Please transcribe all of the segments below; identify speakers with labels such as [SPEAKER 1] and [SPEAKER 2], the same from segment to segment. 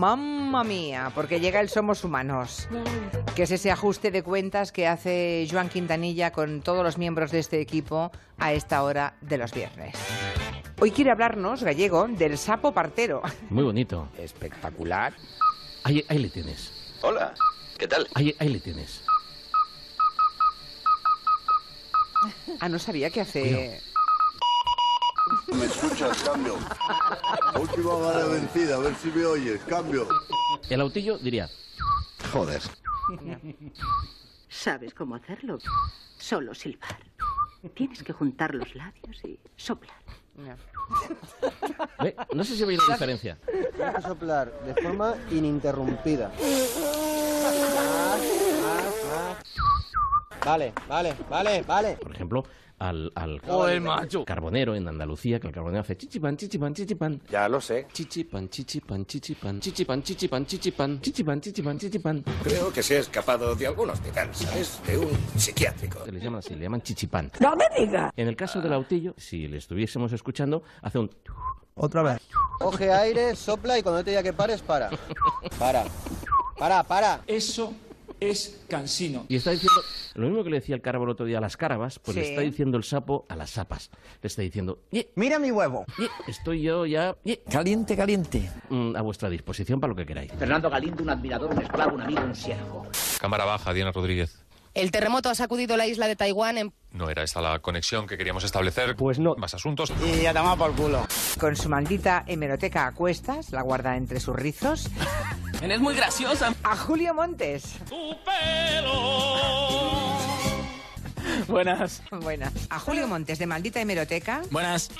[SPEAKER 1] Mamma mía, porque llega el Somos Humanos, que es ese ajuste de cuentas que hace Joan Quintanilla con todos los miembros de este equipo a esta hora de los viernes. Hoy quiere hablarnos, gallego, del sapo partero.
[SPEAKER 2] Muy bonito.
[SPEAKER 3] Espectacular.
[SPEAKER 2] Ahí, ahí le tienes.
[SPEAKER 4] Hola, ¿qué tal?
[SPEAKER 2] Ahí, ahí le tienes.
[SPEAKER 1] Ah, no sabía que hace...
[SPEAKER 5] ¿Me escuchas? Cambio. Última bala vencida, a ver si me oyes. Cambio.
[SPEAKER 2] El autillo diría,
[SPEAKER 3] Joder.
[SPEAKER 6] ¿Sabes cómo hacerlo? Solo silbar. Tienes que juntar los labios y soplar.
[SPEAKER 2] "Ve, no sé si veis la diferencia.
[SPEAKER 7] Tienes que soplar de forma ininterrumpida. Vale, vale, vale, vale.
[SPEAKER 2] Por ejemplo, al, al
[SPEAKER 7] Joder,
[SPEAKER 2] carbonero en Andalucía, que el carbonero hace chichipan, chichipan, chichipan.
[SPEAKER 3] Ya lo sé.
[SPEAKER 2] Chichipan, chichipan, chichipan, chichipan, chichipan, chichipan, chichipan, chichipan, chichipan.
[SPEAKER 4] Creo que se ha escapado de algún hospital, ¿sabes? De un psiquiátrico.
[SPEAKER 2] Que Les llaman así, le llaman chichipan.
[SPEAKER 8] ¡No me diga!
[SPEAKER 2] En el caso del autillo, si le estuviésemos escuchando, hace un...
[SPEAKER 9] Otra vez.
[SPEAKER 7] Coge aire, sopla y cuando te diga que pares, para. Para. Para, para.
[SPEAKER 10] Eso es cansino.
[SPEAKER 2] Y está diciendo... Lo mismo que le decía el cárabo el otro día a las cárabas, pues le
[SPEAKER 1] Sí.
[SPEAKER 2] está diciendo el sapo a las sapas. Le está diciendo... "Ye,
[SPEAKER 9] Mira mi huevo.
[SPEAKER 2] ye, estoy yo ya... ye,
[SPEAKER 9] Caliente, caliente.
[SPEAKER 2] mm, a vuestra disposición para lo que queráis.
[SPEAKER 3] Fernando Galindo, un admirador, un esclavo, un amigo, un siervo.
[SPEAKER 11] Cámara baja, Diana Rodríguez.
[SPEAKER 8] El terremoto ha sacudido la isla de Taiwán en...
[SPEAKER 11] No era esta la conexión que queríamos establecer.
[SPEAKER 9] Pues no.
[SPEAKER 11] Más asuntos.
[SPEAKER 9] Y ya te vamos por culo.
[SPEAKER 1] Con su maldita hemeroteca a cuestas, la guarda entre sus rizos,
[SPEAKER 10] Eres muy graciosa.
[SPEAKER 1] a Julio Montes.
[SPEAKER 10] Buenas.
[SPEAKER 1] Buenas. A Julio Montes de maldita hemeroteca.
[SPEAKER 10] Buenas.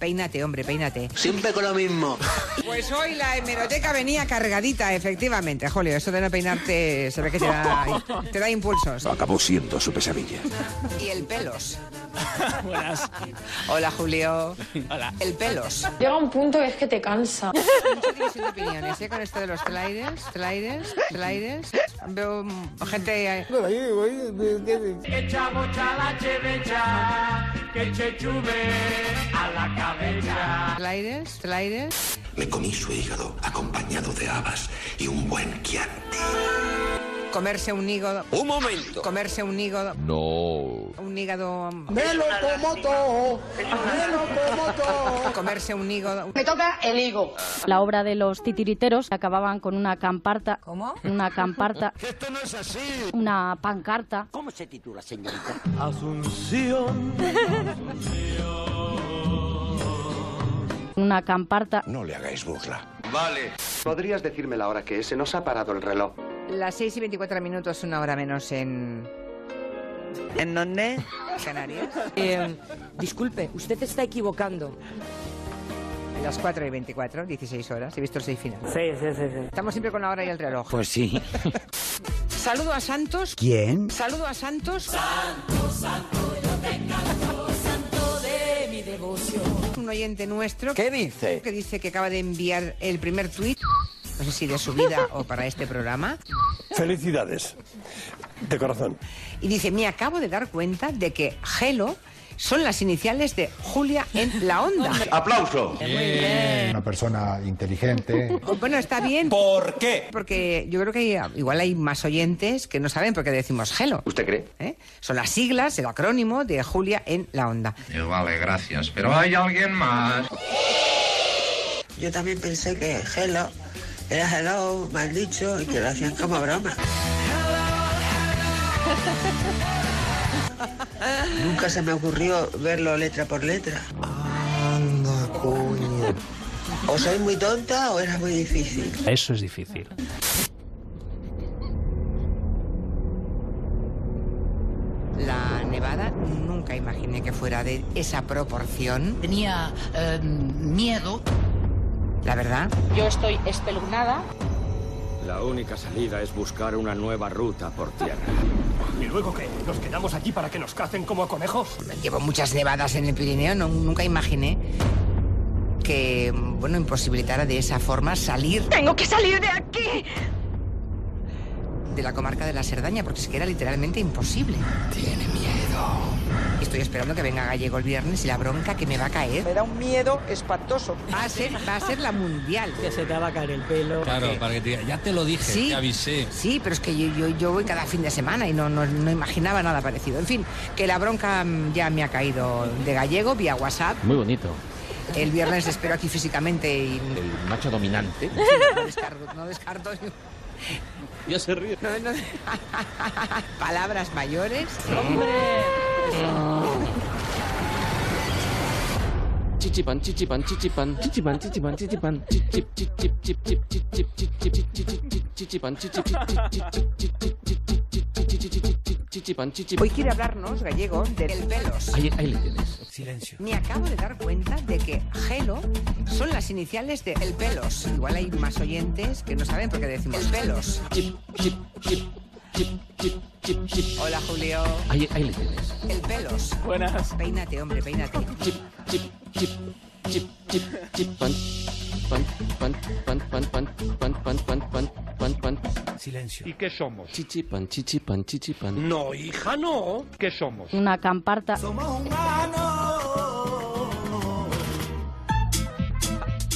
[SPEAKER 1] Peínate, hombre, peínate.
[SPEAKER 3] Siempre con lo mismo.
[SPEAKER 1] Pues hoy la hemeroteca venía cargadita, efectivamente. Julio, eso de no peinarte se ve que te da, te da impulsos.
[SPEAKER 4] Acabó siendo su pesadilla.
[SPEAKER 1] Y el pelos.
[SPEAKER 10] Buenas.
[SPEAKER 1] Hola, Julio.
[SPEAKER 10] Hola.
[SPEAKER 1] El pelos.
[SPEAKER 8] Llega un punto que es que te cansa.
[SPEAKER 1] Mucha división de opiniones, ¿eh? Con esto de los sliders, sliders, sliders. Veo mm, gente... eh, Sliders, sliders.
[SPEAKER 4] Me comí su hígado acompañado de habas y un buen chianti.
[SPEAKER 1] Comerse un hígado.
[SPEAKER 4] ¡Un momento!
[SPEAKER 1] Comerse un hígado.
[SPEAKER 11] No.
[SPEAKER 1] Un hígado... um,
[SPEAKER 7] Me lo como todo. Me lo como todo.
[SPEAKER 1] Comerse un hígado.
[SPEAKER 8] Me toca el higo.
[SPEAKER 6] La obra de los titiriteros acababan con una camparta,
[SPEAKER 1] ¿Cómo?
[SPEAKER 6] una camparta,
[SPEAKER 9] Esto no es así.
[SPEAKER 6] una pancarta
[SPEAKER 3] ¿Cómo se titula, señorita?
[SPEAKER 9] Asunción.
[SPEAKER 6] una camparta.
[SPEAKER 4] No le hagáis burla.
[SPEAKER 3] ¿Podrías decirme la hora que es? Se nos ha parado el reloj.
[SPEAKER 1] Las 6 y 24 minutos, una hora menos en
[SPEAKER 9] ¿En dónde?
[SPEAKER 1] Canarias.
[SPEAKER 8] Eh, disculpe, usted está equivocando.
[SPEAKER 1] Las 4 y 24, 16 horas. He visto el 6 final.
[SPEAKER 8] Sí, sí, sí. sí.
[SPEAKER 1] Estamos siempre con la hora y el reloj.
[SPEAKER 3] Pues sí.
[SPEAKER 1] Saludo a Santos.
[SPEAKER 9] ¿Quién?
[SPEAKER 1] Saludo a Santos. Un oyente nuestro
[SPEAKER 9] ¿Qué dice?
[SPEAKER 1] que dice que acaba de enviar el primer tuit, no sé si de su vida o para este programa,
[SPEAKER 5] Felicidades. De corazón.
[SPEAKER 1] y dice, me acabo de dar cuenta de que Gelo son las iniciales de Julia en la onda.
[SPEAKER 5] ¡Aplauso!
[SPEAKER 9] Una persona inteligente.
[SPEAKER 1] Bueno, está bien.
[SPEAKER 10] ¿Por qué?
[SPEAKER 1] Porque yo creo que igual hay más oyentes que no saben por qué decimos Gelo.
[SPEAKER 3] ¿Usted cree?
[SPEAKER 1] ¿eh? Son las siglas, el acrónimo de Julia en la onda.
[SPEAKER 11] Vale, gracias. Pero hay alguien más.
[SPEAKER 7] Yo también pensé que hello era hello, mal dicho, y que lo hacían como broma. Nunca se me ocurrió verlo letra por letra. Anda, coño. O soy muy tonta o era muy difícil.
[SPEAKER 10] Eso es difícil.
[SPEAKER 1] La nevada nunca imaginé que fuera de esa proporción,
[SPEAKER 8] Tenía
[SPEAKER 3] eh,
[SPEAKER 8] miedo.
[SPEAKER 1] la verdad.
[SPEAKER 8] Yo estoy espeluznada.
[SPEAKER 3] La única salida es buscar una nueva ruta por tierra.
[SPEAKER 10] ¿Y luego qué? ¿Nos quedamos aquí para que nos cacen como a conejos?
[SPEAKER 1] Llevo muchas nevadas en el Pirineo, no- nunca imaginé que, bueno, imposibilitara de esa forma salir
[SPEAKER 8] ¡Tengo que salir de aquí!
[SPEAKER 1] de la comarca de la Cerdaña, porque es que era literalmente imposible. Tiene miedo. Estoy esperando que venga Gallego el viernes y la bronca que me va a caer. Me da un miedo espantoso. Va a ser, va a ser la mundial. Que se te va a caer el pelo.
[SPEAKER 12] Claro, para que te diga, ya te lo dije,
[SPEAKER 1] Sí.
[SPEAKER 12] te avisé.
[SPEAKER 1] Sí, pero es que yo, yo, yo voy cada fin de semana y no, no, no imaginaba nada parecido. En fin, que la bronca mm, ya me ha caído de gallego vía WhatsApp.
[SPEAKER 2] Muy bonito.
[SPEAKER 1] El viernes espero aquí físicamente y
[SPEAKER 2] El macho dominante.
[SPEAKER 1] no descarto, no descarto ni-
[SPEAKER 2] Ya se ríe.
[SPEAKER 1] no, no- Palabras mayores.
[SPEAKER 2] Chichipan, chichipan, chichipan, chichipan, chichipan, chichipan, chichip, chichip, chip, chip, chip, chip, chip, chip, chip, chip, chip, chip, chichipan, chichip, chip, chip, chip, chip, chichipan, chichip.
[SPEAKER 1] Hoy quiere hablarnos, gallego, del pelos.
[SPEAKER 2] Ahí, ahí le tienes. Silencio.
[SPEAKER 1] Me acabo de dar cuenta de que Gelo son las iniciales de El Pelos. Igual hay más oyentes que no saben por qué decimos El Pelos. Hola, Julio.
[SPEAKER 2] Ahí, ahí le tienes.
[SPEAKER 1] El Pelos. Buenas. Peínate, hombre, peínate.
[SPEAKER 2] Chip, chip, chip, pan, pan, pan, pan, pan, pan, pan, pan, pan, pan, pan, pan. Silencio. ¿Y qué somos? Chichipan, chichipan, chichipan.
[SPEAKER 10] No, hija, no. ¿Qué somos?
[SPEAKER 13] Una camparta.
[SPEAKER 10] Somos un